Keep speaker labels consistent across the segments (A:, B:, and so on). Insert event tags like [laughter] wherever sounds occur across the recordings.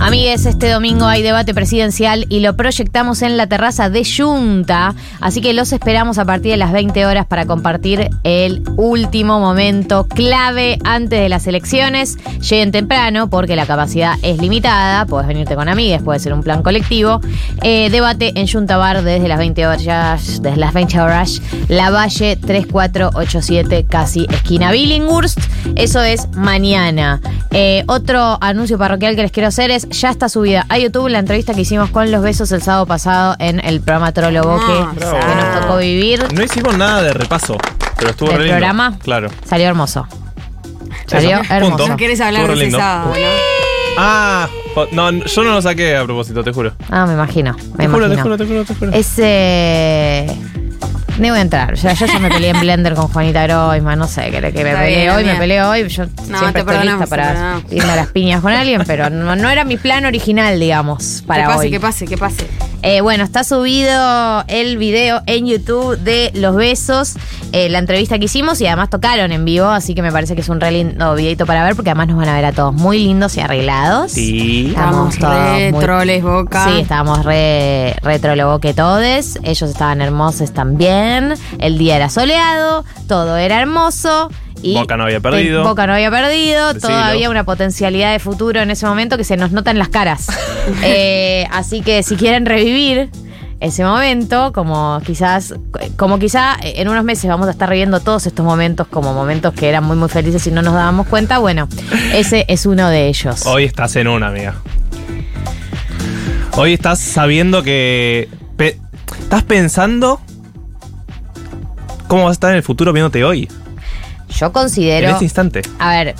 A: Amigues, este domingo hay debate presidencial y lo proyectamos en la terraza de Junta, así que los esperamos a partir de las 20 horas para compartir el último momento clave antes de las elecciones. Lleguen temprano porque la capacidad es limitada, puedes venirte con amigues, puede ser un plan colectivo. Eh, debate en Junta Bar desde las 20 horas, desde las 20 horas, La Valle 3487, casi esquina Billinghurst. Eso es mañana. Eh, otro anuncio parroquial que les quiero hacer es, ya está subida a YouTube la entrevista que hicimos con los besos el sábado pasado en el programa Trolo Boque,
B: Hermosa.
A: que nos tocó vivir.
B: No hicimos nada de repaso, pero estuvo
A: ¿Del
B: re lindo.
A: programa?
B: Claro.
A: Salió hermoso. Salió
B: Eso,
A: hermoso.
B: punto.
A: No
C: ¿Quieres hablar
B: Estuvo
C: de
B: re
C: ese
B: lindo.
C: sábado? ¿no?
B: Ah, po- no, n- yo no lo saqué a propósito, te juro.
A: Ah, me imagino, me
B: Te juro, te
A: imagino.
B: juro, te juro, te juro.
A: Es... eh, No voy a entrar, ya, yo ya me peleé en Blender con Juanita Groisman, no sé, que, que me
C: Está
A: peleé
C: bien,
A: hoy, me
C: bien.
A: peleé hoy, yo
C: te
A: siempre estoy lista
C: perdonamos, te
A: para
C: perdonamos.
A: irme a las piñas con alguien, pero no, no era mi plan original, digamos, para
C: que pase,
A: hoy.
C: que pase, que pase.
A: Eh, bueno, está subido el video en YouTube de Los Besos, eh, la entrevista que hicimos y además tocaron en vivo, así que me parece que es un re lindo videito para ver porque además nos van a ver a todos muy lindos y arreglados.
B: Sí.
A: Estábamos
C: Estábamos re
A: todos muy-
C: troles, boca.
A: Sí, estábamos re retrolobo que todes, ellos estaban hermosos también, el día era soleado, todo era hermoso. Y
B: Boca no había perdido.
A: Eh, Boca no había perdido,
B: Decilo.
A: todavía una potencialidad de futuro en ese momento que se nos nota en las
B: [laughs]
A: caras. Eh, así que si quieren revivir ese momento, como quizás, como quizá en unos meses vamos a estar reviendo todos estos momentos como momentos que eran muy muy felices y no nos dábamos cuenta, bueno, ese es uno de ellos.
B: Hoy estás en una, amiga. Hoy estás sabiendo que. pe- estás pensando. ¿Cómo vas a estar en el futuro viéndote hoy?
A: Yo
B: en
A: considero
B: este instante.
A: A ver.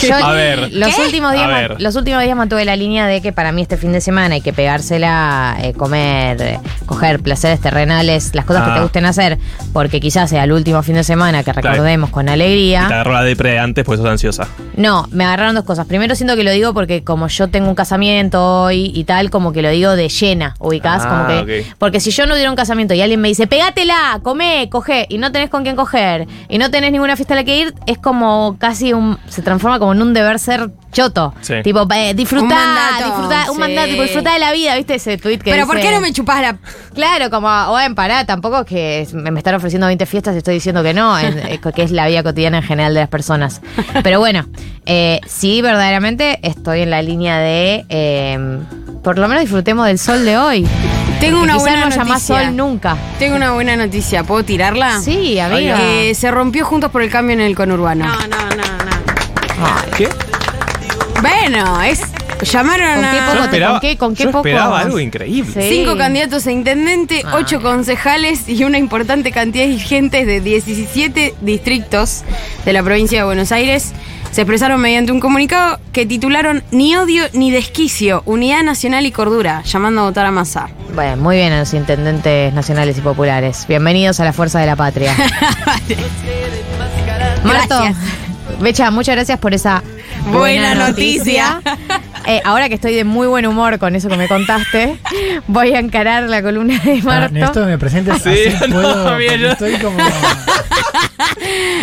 A: Yo
B: A ver.
A: Los,
B: ¿Qué?
A: últimos días
B: A
A: ma-
B: ver.
A: los últimos días mantuve la línea de que para mí este fin de semana hay que pegársela, eh, comer, eh, coger placeres terrenales, las cosas que
B: Ah.
A: te gusten hacer, porque quizás sea el último fin de semana que
B: Claro.
A: recordemos con alegría.
B: Y te agarró la depre antes porque sos ansiosa.
A: No, me agarraron dos cosas. Primero siento que lo digo porque como yo tengo un casamiento hoy y tal, como que lo digo de llena, ubicás,
B: Ah,
A: como que.
B: ok.
A: Porque si yo no hubiera un casamiento y alguien me dice, pégatela, come, coge, y no tenés con quién coger, y no tenés ninguna fiesta a la que ir, es como casi un. se transforma como en un deber ser choto.
B: Sí.
A: Tipo, eh, disfrutá,
C: Un mandato,
A: disfrutá, un
C: sí.
A: mandato, tipo, disfrutá de la vida, viste ese tweet que
C: Pero ¿por
A: dice-
C: qué no me chupás la.?
A: Claro, como, en pará, tampoco es que me me están ofreciendo 20 fiestas y estoy diciendo que no, en- eh, que es la vida cotidiana en general de las personas. Pero bueno, eh, sí, verdaderamente estoy en la línea de, eh, por lo menos disfrutemos del sol de hoy.
C: Tengo una
A: Quizá
C: buena
A: no haya más
C: noticia.
A: sol nunca.
C: Tengo una buena noticia. ¿Puedo tirarla?
A: Sí, amiga.
C: Eh, se rompió juntos por el cambio en el conurbano.
D: No, no, no, no.
A: Ay, Ah,
B: ¿Qué?
C: Bueno, es. Llamaron
A: ¿Con qué
B: Yo
A: poco
C: a.
A: te-
B: esperaba,
A: con qué- con qué
B: yo
A: poco-
B: esperaba algo increíble.
A: Sí.
C: Cinco candidatos a intendente,
A: Ah.
C: ocho concejales y una importante cantidad de dirigentes de 17 distritos de la provincia de Buenos Aires se expresaron mediante un comunicado que titularon Ni odio ni desquicio, unidad nacional y cordura, llamando a votar a Massa.
A: Bueno, muy bien a los intendentes nacionales y populares. Bienvenidos a la fuerza de la
C: [laughs]
A: patria. Marto,
C: Gracias.
A: Becha, muchas gracias por esa buena,
C: Buena
A: noticia.
C: noticia.
A: Eh, ahora que estoy de muy buen humor con eso que me contaste, voy a encarar la columna de
E: Ah,
A: Marto.
E: Néstor, me
B: [laughs]
E: presentes
B: Sí,
E: así
B: no,
E: puedo,
B: bien,
E: porque
B: yo-
E: estoy
B: [laughs]
E: como...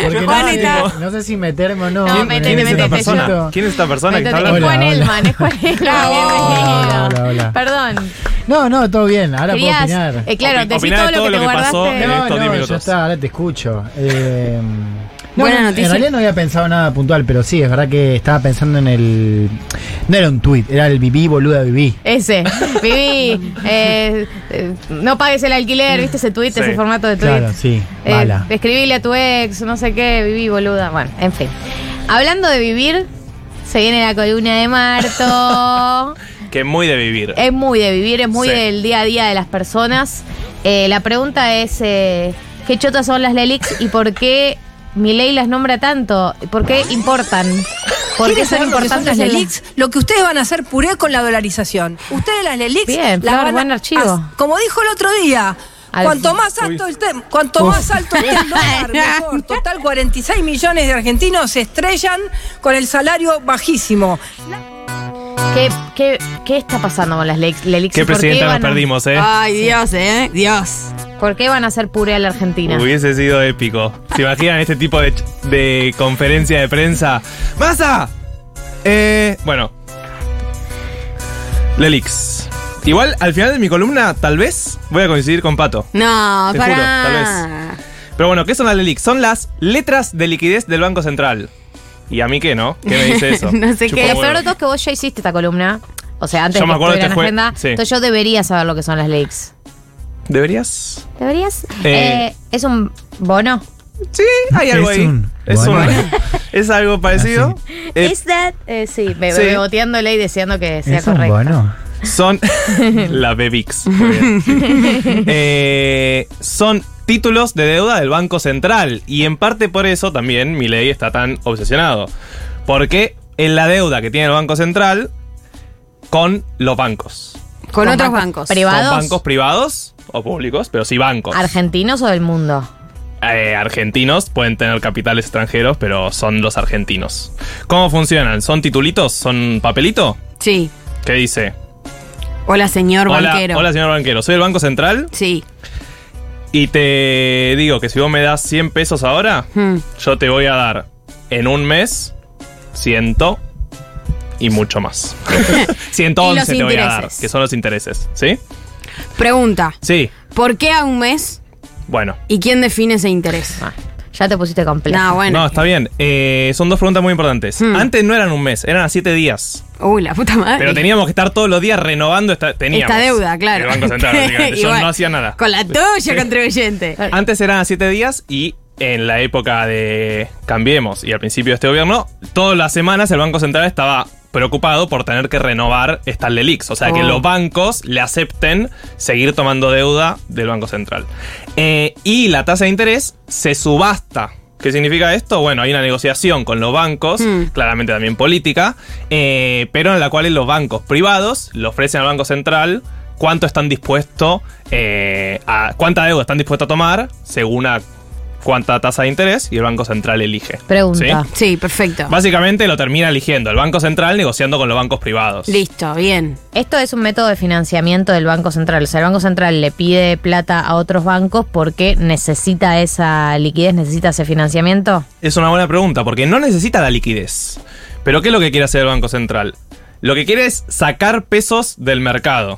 E: Porque no,
C: Juanita.
E: no- no sé si meterme o no.
A: No,
E: pero
A: metete,
B: ¿Quién es
A: metete, metete,
B: esta persona?
E: siento-
B: ¿Quién es esta persona que está
A: Entonces, es
B: hablando?
A: Juan
E: Hola, hola.
A: Elman, es Juan Elman.
E: Hola,
A: bienvenido.
E: hola, hola.
A: Perdón,
E: No, no, todo bien, ahora
A: querías,
E: puedo opinar.
A: eh, claro,
B: Opi-
A: decir
B: opiná
A: todo
B: de
A: lo que te
B: todo lo que pasó
A: guardaste.
B: en
E: No,
B: estos
E: no,
B: 10 minutos.
E: ya está, ahora te escucho.
B: [laughs]
E: Eh, no,
C: Buena
E: no,
C: noticia.
E: En realidad no había pensado nada puntual, pero sí, es verdad que estaba pensando en el... No era un tuit, era el viví, boluda, viví. [laughs]
A: Ese, viví, eh, eh, no pagues el alquiler, viste ese tweet,
B: Sí.
A: ese formato de tweet.
E: Claro, sí,
A: Eh,
E: mala.
A: escribile a tu ex, no sé qué, viví boluda. Bueno, en fin. Hablando de vivir, se viene la columna de
E: [laughs]
A: Marto.
B: Que muy de vivir.
A: es muy de vivir, es muy
B: Sí.
A: del día a día de las personas. Eh, la pregunta es, eh, ¿qué chotas son las Lelix y por qué Milei las nombra tanto? ¿Por qué importan? ¿Por qué
F: ¿Quiénes
A: son
F: saben lo que son
A: importantes
F: las
A: en la-
F: Lelix? Lo que ustedes van a hacer puré con la dolarización. Ustedes las Lelix.
A: Bien,
F: las
A: Flor,
F: van a-
A: buen archivo.
F: as- como dijo el otro día.
A: Al-
F: Cuanto más alto el tem- cuanto más alto esté el dólar, mejor. Total, 46 millones de argentinos se estrellan con el salario bajísimo.
A: ¿Qué, qué, qué está pasando con las Lelix? Lelix?
B: ¿Qué
A: ¿Por
B: presidenta nos
A: van a-
B: perdimos, eh?
C: Ay, Dios, ¿eh? Dios.
A: ¿Por qué van a hacer puré a la Argentina?
B: Hubiese sido épico. ¿Se imaginan este tipo de, ch- de conferencia de prensa? ¡Masa! Eh, bueno. Lelix. Igual, al final de mi columna, tal vez voy a coincidir con Pato.
C: No,
B: Te
C: para.
B: juro, tal Pero bueno, ¿qué son las LELIX? Son las letras de liquidez del Banco Central. ¿Y a mí qué, no? ¿Qué me dice
C: [laughs]
B: eso?
C: No sé
B: Chupa
C: qué.
A: Que lo
B: huevo.
A: peor de todo es que vos ya hiciste esta columna. O sea, antes
B: Yo
A: de
B: me
A: que estuviera
B: acuerdo
A: en
B: que este fue-
A: agenda.
B: sí.
A: Entonces yo debería saber lo que son las leaks.
B: ¿Deberías?
A: ¿Deberías?
B: Eh.
A: Eh, es un bono.
B: Sí, hay algo
E: Es
B: ahí.
E: un- Ah,
B: es
E: bueno.
B: un- [laughs] es algo parecido. Eh,
A: ¿Es that? eh, sí, me,
B: sí.
A: beboteándole y deseando que sea
E: Es un
A: correcto.
E: bono.
B: Son. la Bebix. muy bien, sí. Eh, son títulos de deuda del Banco Central. Y en parte por eso también mi ley está tan obsesionado. Porque es la deuda que tiene el Banco Central con los bancos.
C: Con, otros
A: bancos
C: bancos.
A: privados.
B: Con bancos privados o públicos, pero sí bancos.
A: ¿Argentinos o del mundo?
B: Eh, argentinos pueden tener capitales extranjeros, pero son los argentinos. ¿Cómo funcionan? ¿Son titulitos? ¿Son papelito?
C: Sí.
B: ¿Qué dice?
C: Hola, señor
B: Hola,
C: banquero.
B: hola, señor banquero. Soy el Banco Central
C: Sí.
B: Y te digo que si vos me das 100 pesos ahora,
C: Hmm.
B: yo te voy a dar en un mes 100 y
C: [laughs]
B: mucho más. [laughs] 111
C: Y
B: te
C: los
B: voy a dar,
C: intereses.
B: que son los intereses. ¿Sí?
C: Pregunta.
B: Sí.
C: ¿Por qué a un mes
B: Bueno.
C: y quién define ese interés?
A: Ah, ya te pusiste complejo.
C: No, bueno.
B: No, está bien. Eh, son dos preguntas muy importantes.
C: Hmm.
B: Antes no eran un mes, eran a siete días.
C: Uy, la puta madre.
B: Pero teníamos que estar todos los días renovando esta, teníamos
C: Esta deuda, claro.
B: El Banco
C: [laughs]
B: Central, básicamente. Yo
C: Igual.
B: no hacía nada.
C: Con la tuya,
B: Sí. [laughs]
C: contribuyente. Ah,
B: Antes eran a 7 días y en la época de Cambiemos y al principio de este gobierno, todas las semanas el Banco Central estaba preocupado por tener que renovar estas LELIX. O sea, que
C: Oh.
B: los bancos le acepten seguir tomando deuda del Banco Central. Eh, y la tasa de interés se subasta. ¿Qué significa esto? Bueno, hay una negociación con los bancos,
C: Mm.
B: claramente también política, eh, pero en la cual los bancos privados le ofrecen al Banco Central cuánto están dispuestos eh, a cuánta deuda están dispuestos a tomar según a cuánta tasa de interés y el Banco Central elige.
A: Pregunta.
B: ¿Sí?
C: Sí, perfecto.
B: Básicamente lo termina eligiendo el Banco Central negociando con los bancos privados.
C: Listo, bien.
A: Esto es un método de financiamiento del Banco Central. O sea, el Banco Central le pide plata a otros bancos porque necesita esa liquidez, necesita ese financiamiento.
B: Es una buena pregunta, porque no necesita la liquidez. Pero ¿qué es lo que quiere hacer el Banco Central? Lo que quiere es sacar pesos del mercado.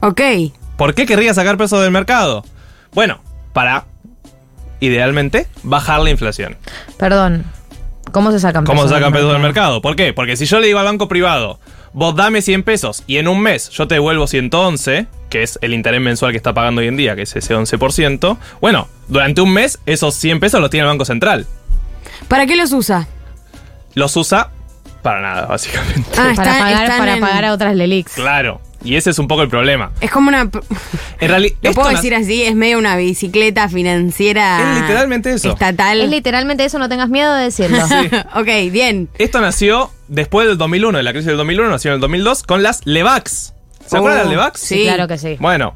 C: Ok.
B: ¿Por qué querría sacar pesos del mercado? Bueno, para, idealmente, bajar la inflación.
A: Perdón. ¿Cómo se sacan
B: ¿Cómo
A: pesos
B: sacan pesos del mercado? ¿Por qué? Porque si yo le digo al banco privado, vos dame 100 pesos y en un mes yo te devuelvo 111, que es el interés mensual que está pagando hoy en día, que es ese 11%, bueno, durante un mes esos 100 pesos los tiene el Banco Central.
C: ¿Para qué los usa?
B: Los usa para nada, básicamente.
C: Ah,
A: Para,
C: están-
A: pagar,
C: están
A: para
C: en-
A: pagar a otras Lelix.
B: Claro, y ese es un poco el problema.
C: Es como una. pr-
B: [laughs] En realidad,
C: Lo
B: esto
C: puedo
B: na-
C: decir así, es medio una bicicleta financiera.
B: Es literalmente eso.
C: Estatal.
A: Es literalmente eso, no tengas miedo de [laughs] decirlo.
C: [laughs] ok, bien.
B: Esto nació después del 2001, de la crisis del 2001, nació en el 2002 con las Levax. ¿Se
C: Oh,
B: acuerdan de las Levax?
C: sí.
A: Sí, claro que sí.
B: Bueno.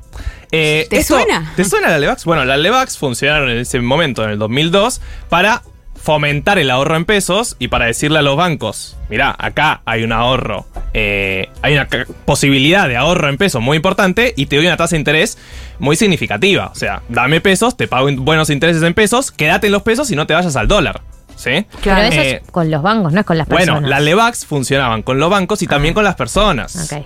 B: eh,
C: ¿Te suena?
B: ¿Te suena la Levax? Bueno, las Levax funcionaron en ese momento, en el 2002, para fomentar el ahorro en pesos y para decirle a los bancos, mirá, acá hay un ahorro, eh, hay una ca- posibilidad de ahorro en pesos muy importante y te doy una tasa de interés muy significativa. O sea, dame pesos, te pago in- buenos intereses en pesos, quédate en los pesos y no te vayas al dólar. ¿Sí?
A: Pero eso
B: Eh,
A: es con los bancos, no es con las personas. Ah.
B: bueno, las Levax funcionaban con los bancos y también con las personas.
A: Ok.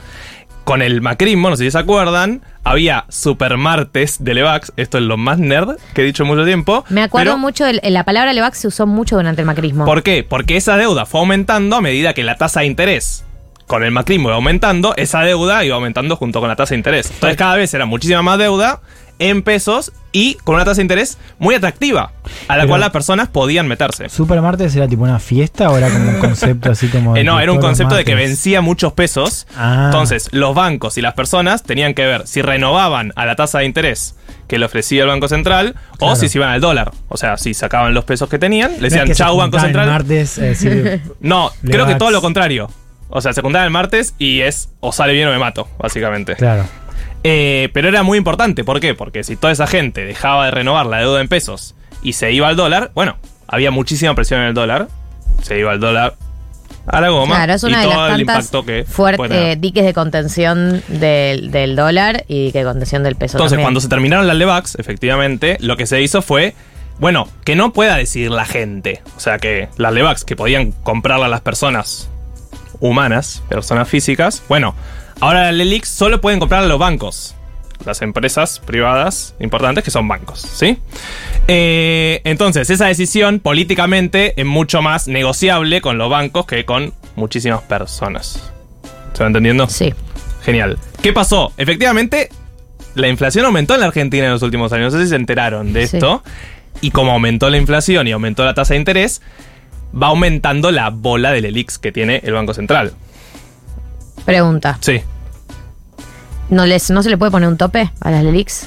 B: Con el macrismo, no sé si se acuerdan, había supermartes de Levax. Esto es lo más nerd que he dicho en mucho tiempo.
A: Me acuerdo
B: pero-
A: mucho, del- eh, la palabra Levax se usó mucho durante el macrismo.
B: ¿Por qué? Porque esa deuda fue aumentando a medida que la tasa de interés con el macrismo iba aumentando, esa deuda iba aumentando junto con la tasa de interés. Entonces cada vez era muchísima más deuda en pesos y con una tasa de interés muy atractiva, a la
E: Pero-
B: cual las personas podían meterse.
E: ¿Supermartes era tipo una fiesta o era como un concepto
B: [laughs]
E: así como.? de
B: Eh, no, era un
E: todos los
B: concepto de que
E: martes?
B: vencía muchos pesos.
E: Ah.
B: Entonces, los bancos y las personas tenían que ver si renovaban a la tasa de interés que le ofrecía el Banco Central o
E: Claro.
B: si se iban al dólar. O sea, si sacaban los pesos que tenían, le
E: No es
B: decían
E: que se
B: chau Banco
E: juntaban el
B: Central.
E: martes, eh, sí,
B: [laughs] No,
E: Le
B: creo que
E: vas.
B: todo lo contrario. O sea, se juntaban el martes y es o sale bien o me mato, básicamente.
E: claro.
B: Eh, pero era muy importante, ¿por qué? Porque si toda esa gente dejaba de renovar la deuda en pesos y se iba al dólar, bueno, había muchísima presión en el dólar, se iba al dólar a la goma
A: Claro, es una
B: y
A: de
B: todo
A: las
B: el
A: tantas
B: impacto que
A: fuerte-
B: puede tener.
A: eh, diques de contención del, del dólar y diques de contención del peso
B: Entonces,
A: también.
B: cuando se terminaron las Levax, efectivamente, lo que se hizo fue Bueno, que no pueda decidir la gente. O sea, que las Levax que podían comprarla a las personas humanas, personas físicas, bueno, ahora las Lelix solo pueden comprarla a los bancos. Las empresas privadas importantes que son bancos, ¿sí? Eh, entonces, esa decisión políticamente es mucho más negociable con los bancos que con muchísimas personas. ¿Se va entendiendo?
A: Sí.
B: Genial. ¿Qué pasó? Efectivamente, la inflación aumentó en la Argentina en los últimos años. No sé si se enteraron de
A: Sí.
B: esto. Y como aumentó la inflación y aumentó la tasa de interés, va aumentando la bola del elix que tiene el Banco Central.
A: Pregunta.
B: Sí.
A: ¿No, les, ¿No se le puede poner un tope a las Lelix?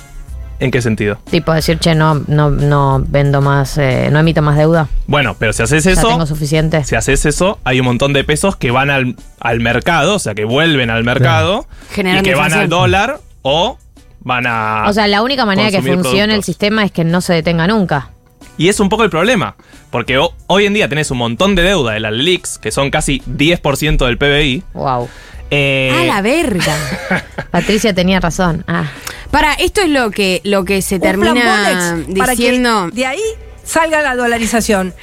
B: ¿En qué sentido?
A: Tipo decir, che, no, no, no vendo más, eh, no emito más deuda.
B: Bueno, pero si haces
A: ya
B: eso,
A: tengo suficiente.
B: si haces eso, hay un montón de pesos que van al, al mercado, o sea, que vuelven al mercado
C: Generando
B: y que van
C: inflación.
B: al dólar o van a...
A: o sea, la única manera que
B: Ah, consumir
A: funcione el
B: productos.
A: sistema es que no se detenga nunca.
B: Y es un poco el problema, porque ho- hoy en día tenés un montón de deuda de las LELIX, que son casi 10% del PBI.
A: Wow.
B: Eh,
C: A la
B: [laughs]
C: verga.
A: Patricia tenía razón. Ah.
C: Para, esto es lo que, lo que se
F: Un plan
C: termina
F: Bonex para que
C: diciendo
F: de ahí salga la dolarización.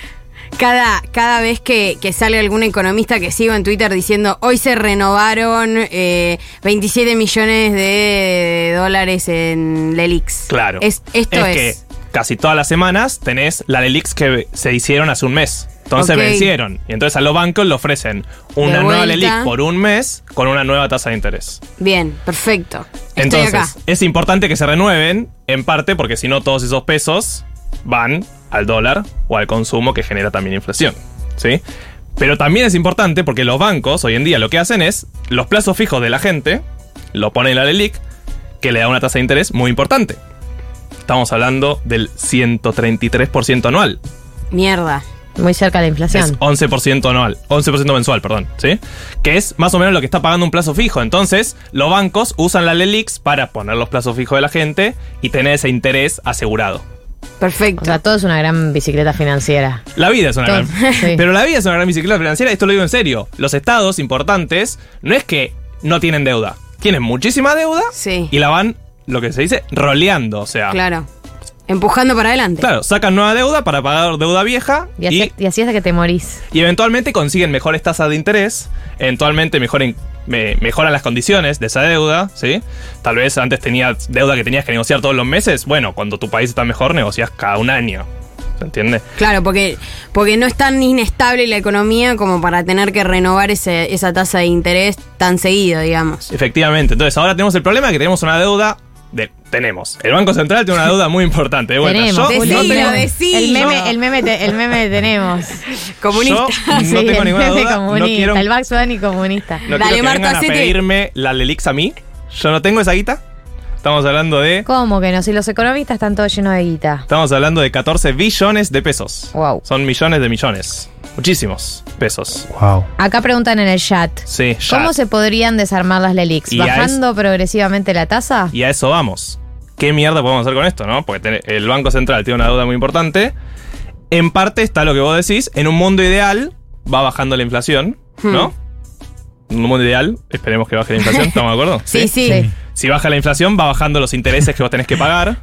C: cada, cada vez que, que sale algún economista que sigo en Twitter diciendo hoy se renovaron eh, 27 millones de dólares en Lelix.
B: Claro.
C: Es- esto es.
B: que casi todas las semanas tenés las LELIX que se hicieron hace un mes. Entonces
C: Ok.
B: vencieron. Y entonces a los bancos le ofrecen una
C: De
B: nueva
C: vuelta.
B: LELIX por un mes con una nueva tasa de interés.
C: Bien, perfecto. Estoy acá.
B: Entonces, es importante que se renueven, en parte porque si no, todos esos pesos van al dólar o al consumo que genera también inflación. ¿Sí? Pero también es importante porque los bancos hoy en día lo que hacen es los plazos fijos de la gente, lo ponen E en la LELIC, que le da una tasa de interés muy importante. Estamos hablando del 133% anual.
C: Mierda.
A: Muy cerca de la
B: Es
A: inflación.
B: 11% anual, 11% mensual, perdón, ¿sí? Que es más o menos lo que está pagando un plazo fijo. Entonces, los bancos usan la Lelix para poner los plazos fijos de la gente y tener ese interés asegurado.
C: Perfecto.
A: O sea, todo es una gran bicicleta financiera.
B: La vida es una gran...
A: Todo, [laughs] sí.
B: Pero la vida es una gran bicicleta financiera, esto lo digo en serio. Los estados importantes no es que no tienen deuda. Tienen muchísima deuda
C: Sí.
B: y la van, lo que se dice, roleando. O sea, claro,
C: claro. Empujando para adelante.
B: sacan nueva deuda para pagar deuda vieja
A: Y así, y así es de que te morís.
B: Y eventualmente consiguen mejores tasas de interés, eventualmente mejoren, me- mejoran las condiciones de esa deuda, ¿sí? Tal vez antes tenías deuda que tenías que negociar todos los meses. Bueno, cuando tu país está mejor, negocias cada un año. ¿Se entiende?
C: Claro, porque, porque no es tan inestable la economía como para tener que renovar ese- esa tasa de interés tan seguido, digamos.
B: Efectivamente. Entonces, ahora tenemos el problema de que tenemos una deuda. De, tenemos. El Banco Central tiene una deuda muy importante. De vuelta,
A: tenemos.
B: yo-
C: Decilo,
A: Julio.
C: decilo.
A: El meme, el meme, te- el meme tenemos.
C: Comunista.
B: Yo [laughs] no
A: Sí,
B: tengo
A: el
B: ninguna
A: meme
B: duda. No
A: comunista.
B: quiero,
A: El Back Sudani comunista.
B: no quiero
C: Dale,
B: que
C: Marta,
B: vengan a
C: hacete.
B: pedirme la Lelix a mí. Yo no tengo esa guita. Estamos hablando de.
A: ¿Cómo que no? Si los economistas están todos llenos de guita.
B: Estamos hablando de 14 billones de pesos.
A: Wow.
B: Son millones de millones. Muchísimos pesos.
E: Wow.
A: Acá preguntan en el chat.
B: Sí, ya.
A: ¿Cómo se podrían desarmar las Lelix?
B: Y a
A: ¿Bajando progresivamente la tasa?
B: Y a eso vamos. ¿Qué mierda podemos hacer con esto, no? Porque ten- el Banco Central tiene una deuda muy importante. En parte está lo que vos decís. En un mundo ideal va bajando la inflación,
A: Hmm.
B: ¿no? En un mundo ideal, esperemos que baje la inflación, ¿estamos de
A: [laughs]
B: acuerdo?
C: Sí, sí, sí.
B: Si baja la inflación, va bajando los intereses que vos tenés que pagar.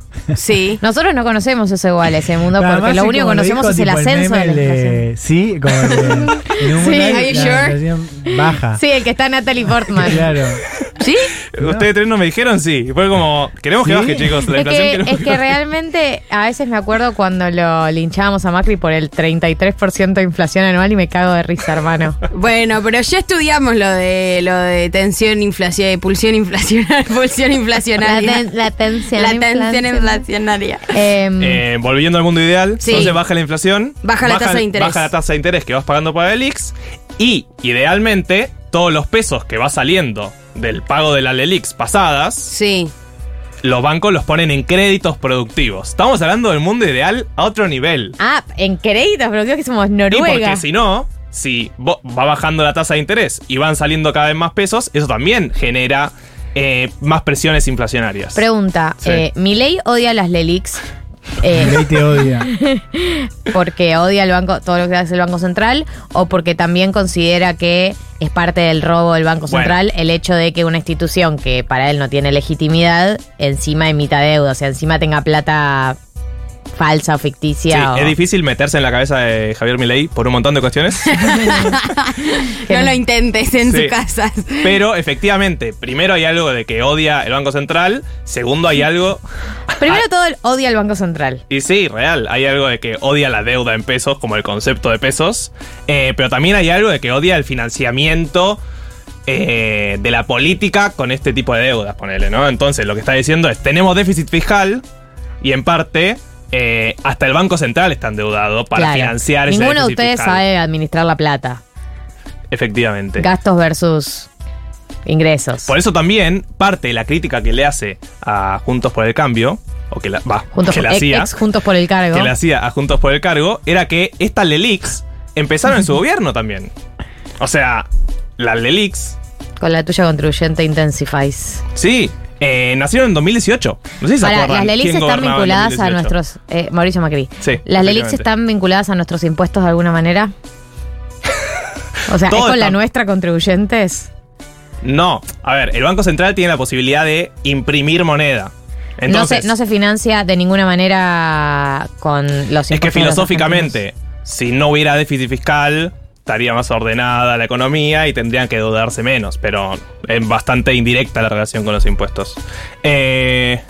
A: Nosotros no conocemos eso igual, ese mundo,
E: Pero
A: porque
E: además
A: lo
E: sí,
A: único que
E: como
A: conocemos
E: dijo,
A: es el
E: tipo,
A: ascenso de la
E: meme, el de- [laughs]
A: inflación.
E: Sí, como el de- [laughs] en un
A: Sí.
E: mundial
A: Are
C: you
E: la
C: sure?
E: inflación baja.
A: Sí, el que está Natalie
E: [laughs]
A: Portman.
E: Claro.
C: ¿Sí?
B: Ustedes tres no me dijeron sí. Fue como, queremos que
E: Sí.
B: baje, chicos, la
A: Es
B: inflación.
A: que,
B: queremos
A: es que
B: baje.
A: realmente a veces me acuerdo cuando lo linchábamos a Macri por el 33% de inflación anual y me cago de risa, hermano.
C: Bueno, pero ya estudiamos lo de lo de tensión inflacionaria, pulsión inflacionaria, [laughs] pulsión inflacionaria.
A: tensión.
C: La tensión inflacionaria.
B: Eh, volviendo al mundo ideal,
C: Mm. Sí.
B: entonces baja la inflación.
C: Baja la tasa de interés.
B: Baja la tasa de interés que vas pagando para el IX. Y, idealmente, todos los pesos que va saliendo del pago de la Lelix pasadas,
C: Sí.
B: los bancos los ponen en créditos productivos. Estamos hablando del mundo ideal a otro nivel.
A: ah, en créditos, pero creo que somos
B: Y
A: Noruega.
B: porque si no, si vo- va bajando la tasa de interés y van saliendo cada vez más pesos, eso también genera eh, más presiones inflacionarias.
A: Pregunta,
B: Sí.
A: eh, ¿Milei odia las Lelix? Eh,
E: Ley te odia.
A: porque odia el banco, todo lo que hace el Banco Central, o porque también considera que es parte del robo del Banco
B: Bueno.
A: Central el hecho de que una institución que para él no tiene legitimidad, encima emita deuda, o sea, encima tenga plata falsa o ficticia. o-
B: Sí, es difícil meterse en la cabeza de Javier Milei por un montón de cuestiones.
C: No lo intentes en
B: Sí.
C: su casa.
B: Pero efectivamente, primero hay algo de que odia el Banco Central, segundo hay algo,
A: Primero
B: Ah.
A: todo, el odia al Banco Central.
B: y sí, real, hay algo de que odia la deuda en pesos, como el concepto de pesos, eh, pero también hay algo de que odia el financiamiento eh, de la política con este tipo de deudas, ponele, ¿no? Entonces lo que está diciendo es, tenemos déficit fiscal y en parte... eh, hasta el Banco Central está endeudado para
A: Claro.
B: financiar ese
A: Ninguno de
B: déficit
A: ustedes
B: fiscal.
A: sabe administrar la plata.
B: Efectivamente.
A: Gastos versus ingresos.
B: Por eso también parte de la crítica que le hace a Juntos por el Cambio, o que la, va,
A: juntos,
B: que la
A: ex-
B: hacía,
A: ex juntos por el cargo.
B: que la hacía a Juntos por el Cargo, era que estas Lelix empezaron
A: [laughs]
B: en su gobierno también. O sea, las Lelix,
A: Con la tuya contribuyente intensifies.
B: sí, eh, nacieron en 2018. No sé si se
A: Ahora,
B: acuerdan
A: las LELIX
B: quién
A: están
B: gobernaba en
A: vinculadas a
B: 2018.
A: nuestros. eh, Mauricio Macri.
B: Sí,
A: ¿Las LELIX
B: efectivamente.
A: están vinculadas a nuestros impuestos de alguna
B: [laughs]
A: manera? O sea, ¿es
B: Todo
A: con la
B: está-
A: nuestra contribuyentes?
B: No, a ver, el Banco Central tiene la posibilidad de imprimir moneda. Entonces,
A: no, se, no se financia de ninguna manera con los impuestos.
B: Es que
A: de los argentinos.
B: filosóficamente, si no hubiera déficit fiscal, estaría más ordenada la economía y tendrían que dudarse menos, pero es bastante indirecta la relación con los impuestos. Eh,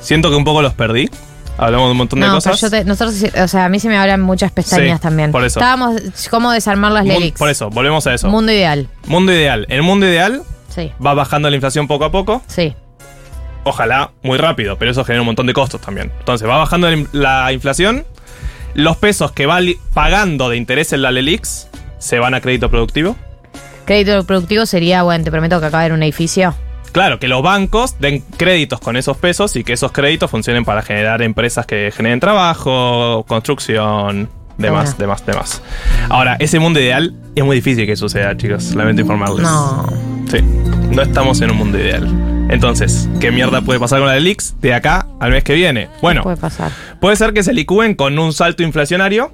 B: siento que un poco los perdí. Hablamos de un montón de
A: No, pero
B: cosas.
A: yo te- nosotros, o sea, a mí se me abren muchas pestañas
B: Sí,
A: también.
B: por eso.
A: Estábamos, ¿cómo desarmar las
B: Mun-
A: LELIX?
B: Por eso, volvemos a eso. Mundo,
A: Mundo ideal.
B: ideal. En el mundo ideal
A: Sí,
B: va bajando la inflación poco a poco.
A: sí.
B: Ojalá muy rápido, pero eso genera un montón de costos también. Entonces va bajando la in- la inflación. Los pesos que va li- pagando de interés en la Lelix se van a crédito productivo.
A: Crédito productivo sería, bueno, te prometo que acaba de haber un edificio.
B: Claro, que los bancos den créditos con esos pesos y que esos créditos funcionen para generar empresas que generen trabajo, construcción, demás,
A: Ah.
B: demás, demás. Ahora, ese mundo ideal es muy difícil que suceda, chicos. Lamento informarles.
A: No.
B: Sí, no estamos en un mundo ideal. Entonces, ¿qué mierda puede pasar con la del Ix de acá al mes que viene? Bueno,
A: Puede pasar.
B: puede ser que se licúen con un salto inflacionario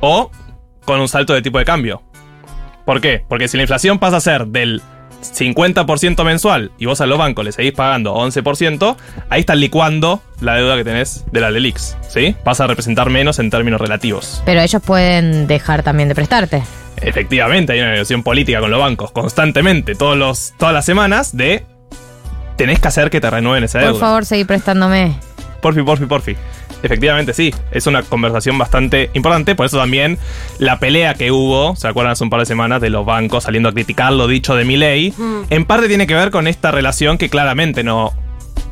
B: o con un salto de tipo de cambio. ¿Por qué? Porque si la inflación pasa a ser del 50% mensual y vos a los bancos le seguís pagando 11%, ahí estás licuando la deuda que tenés de la Lelix, ¿sí? Vas a representar menos en términos relativos.
A: Pero ellos pueden dejar también de prestarte.
B: Efectivamente, hay una negociación política con los bancos constantemente, todos los, todas las semanas, de tenés que hacer que te renueven esa deuda.
A: Por favor, seguir prestándome.
B: Porfi, porfi, porfi. Efectivamente, sí. Es una conversación bastante importante. Por eso también la pelea que hubo, ¿se acuerdan hace un par de semanas? De los bancos saliendo a criticar lo dicho de Milei. En parte tiene que ver con esta relación que claramente no,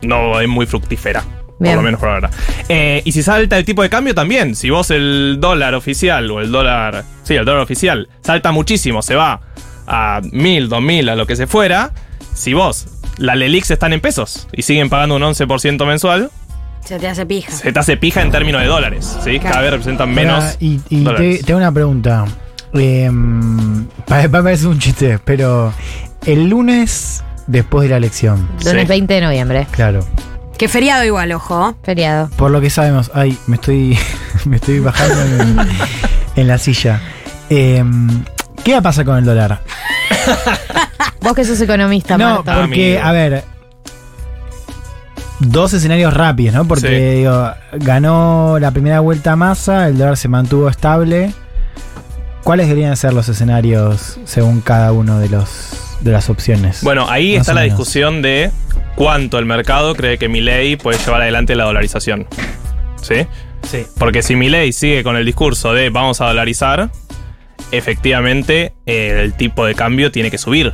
B: no es muy fructífera.
A: Bien.
B: Por lo menos por ahora. Eh, y si salta el tipo de cambio también. Si vos el dólar oficial o el dólar. Sí, el dólar oficial salta muchísimo, se va a mil, dos mil, a lo que se fuera. Si vos, la Lelix están en pesos y siguen pagando un 11% mensual,
C: Se te hace pija.
B: se te hace pija en términos de dólares, ¿sí? Cada vez representan menos
E: Ahora, Ah, y y te,
B: dólares.
E: tengo una pregunta. Eh, pa- pa- parece un chiste, pero el lunes después de la elección,
A: Lunes
B: Sí.
A: 20 de noviembre.
E: claro.
C: Que feriado igual, ojo.
A: Feriado.
E: Por lo que sabemos, ay, me estoy, [laughs] me estoy bajando en, en la silla. Eh, ¿Qué va a pasar con el dólar?
A: Vos que sos economista,
E: no,
A: Marta.
E: porque,
B: Amigo.
E: a ver. Dos escenarios rápidos, ¿no? Porque
B: Sí.
E: digo, ganó la primera vuelta Massa, el dólar se mantuvo estable. ¿Cuáles deberían ser los escenarios según cada uno de los de las opciones?
B: Bueno, ahí
E: Más
B: está
E: o
B: la
E: menos.
B: discusión de cuánto el mercado cree que Milei puede llevar adelante la dolarización. ¿Sí?
E: Sí.
B: Porque si Milei sigue con el discurso de vamos a dolarizar, efectivamente eh, el tipo de cambio tiene que subir.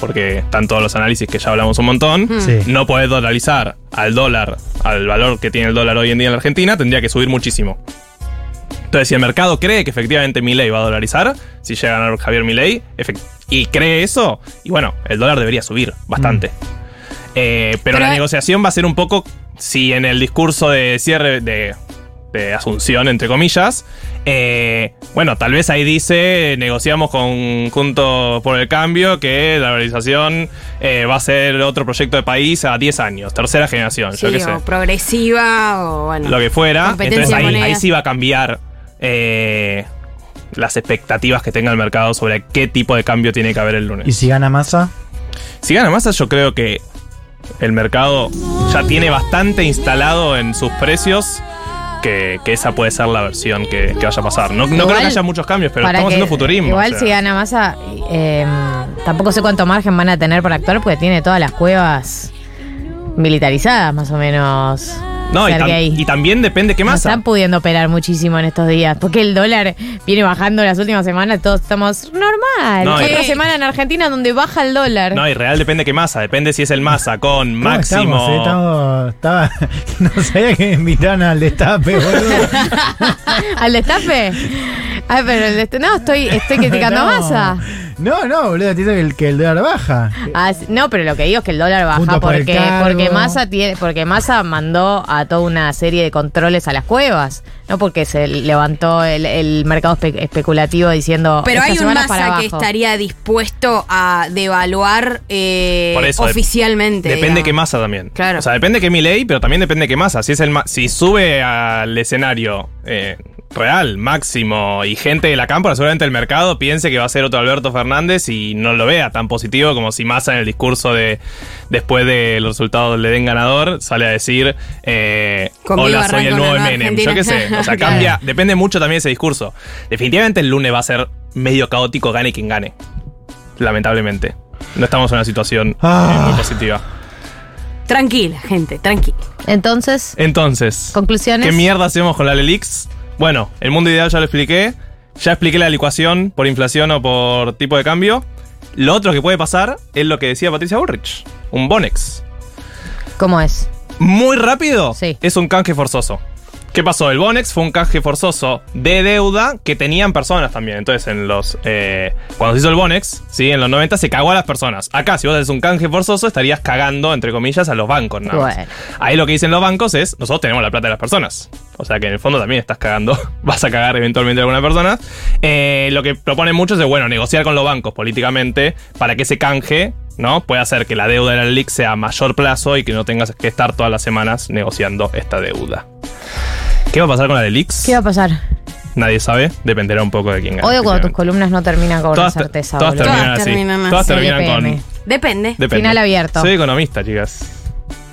B: Porque están todos los análisis que ya hablamos un montón.
E: Sí.
B: Mm. No podés dolarizar al dólar, al valor que tiene el dólar hoy en día en la Argentina, tendría que subir muchísimo. Entonces, si el mercado cree que efectivamente Milei va a dolarizar, si llega a ganar Javier Milei, efect- y cree eso, y bueno, el dólar debería subir bastante. Eh, pero, la
C: Pero-
B: negociación va a ser un poco si en el discurso de cierre de, de Asunción, entre comillas, eh, bueno, tal vez ahí dice, negociamos con Juntos por el Cambio, que la organización eh, va a ser otro proyecto de país a 10 años, tercera generación, yo
C: Sí,
B: qué
C: o
B: sé
C: progresiva o bueno.
B: lo que fuera.
C: Competencia
B: Entonces ahí,
C: moneda.
B: ahí sí va a cambiar eh, las expectativas que tenga el mercado sobre qué tipo de cambio tiene que haber el
E: ¿Y
B: lunes.
E: si gana Massa?
B: Si gana Massa, yo creo que el mercado ya tiene bastante instalado en sus precios que, que esa puede ser la versión que, que vaya a pasar. No, no creo
A: Igual,
B: que haya muchos cambios, pero
A: Para
B: estamos
A: que-
B: haciendo futurismo.
A: Igual
B: o
A: si
B: sea.
A: gana Massa, eh, tampoco sé cuánto margen van a tener para actuar porque tiene todas las cuevas militarizadas, más o menos.
B: No, y, tam-
A: Sergey.
B: y también depende qué
A: No
B: masa.
A: están pudiendo operar muchísimo en estos días, porque el dólar viene bajando las últimas semanas, todos estamos normal.
B: No, y-
A: Otra semana en Argentina donde baja el dólar.
B: No, y real depende qué masa. Depende si es el masa con
E: ¿Cómo
B: máximo.
E: Estamos, eh? Estamos- estaba, [laughs] no sabía que me invitaban al
A: [laughs]
E: destape, boludo.
A: [laughs] ¿Al
B: [laughs]
A: destape? Ay, pero el destape... No, estoy, estoy criticando a
E: No.
A: Massa.
E: No, no, boludo, te dice que el, que el dólar baja.
A: Ah, sí, no, pero lo que digo es que el dólar baja
E: Puntos por el
A: porque,
E: cargo.
A: porque Massa tiene, porque Massa mandó a toda una serie de controles a las cuevas, no porque se levantó el, el mercado espe- especulativo diciendo
C: Pero
A: "Esta
C: hay un
A: semana es para
C: masa que
A: abajo".
C: estaría dispuesto a devaluar eh,
B: Por eso, dep-
C: oficialmente.
B: Depende
C: digamos.
B: qué masa también.
C: Claro.
B: O sea, depende qué mi ley, pero también depende qué masa. Si es el ma- si sube al escenario eh, real, máximo, y gente de la cámpora, seguramente el mercado piense que va a ser otro Alberto Fernández y no lo vea tan positivo como si masa en el discurso de después de los resultados le den ganador, sale a decir eh,
C: Conmigo
B: Hola, soy
C: arranca
B: el
C: una
B: nuevo
C: nueva
B: Menem.
C: Argentina.
B: Yo qué sé. O sea,
C: [laughs] Claro.
B: cambia, depende mucho también ese discurso. Definitivamente el lunes va a ser medio caótico, gane quien gane. Lamentablemente. No estamos en una situación
E: Ah.
B: eh, muy positiva.
C: Tranquila, gente, tranquila.
A: Entonces,
B: Entonces,
A: conclusiones.
B: ¿qué mierda hacemos con la Lelix? Bueno, el mundo ideal ya lo expliqué. Ya expliqué la licuación por inflación o por tipo de cambio. Lo otro que puede pasar es lo que decía Patricia Bullrich, un Bonex.
A: ¿Cómo es?
B: Muy rápido
A: Sí.
B: es un canje forzoso. ¿Qué pasó? El Bonex fue un canje forzoso de deuda que tenían personas también. Entonces, en los. eh, cuando se hizo el Bonex, ¿sí? en los 90 se cagó a las personas. Acá, si vos haces un canje forzoso, estarías cagando, entre comillas, a los bancos, nada más.
A: Bueno.
B: Ahí lo que dicen los bancos es: nosotros tenemos la plata de las personas. O sea que en el fondo también estás cagando. [laughs] Vas a cagar eventualmente a alguna persona. Eh, lo que proponen muchos es, bueno, negociar con los bancos políticamente para que ese canje. ¿No? Puede hacer que la deuda de la LIC sea a mayor plazo y que no tengas que estar todas las semanas negociando esta deuda. ¿Qué va a pasar con la de Lix?
A: ¿Qué va a pasar?
B: Nadie sabe, dependerá un poco de quién gane.
A: Odio cuando tus columnas no terminan con una
B: Todas,
A: certeza.
B: todas
A: boludo.
B: terminan
C: Todas
B: así.
C: terminan
B: todas
A: así.
B: terminan con.
A: LPM.
C: Depende.
B: depende.
A: Final abierto.
B: Soy economista, chicas.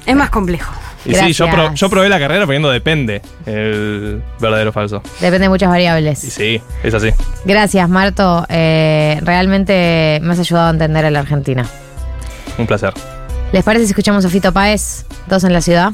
C: Es más complejo.
B: Y sí, yo,
A: Gracias.
B: pro- yo probé la carrera poniendo depende. El verdadero o falso.
A: Depende de muchas variables.
B: Y sí, es así.
A: Gracias, Marto. Eh, realmente me has ayudado a entender a la Argentina.
B: Un placer.
A: ¿Les parece si escuchamos a Fito Páez? Dos en la ciudad.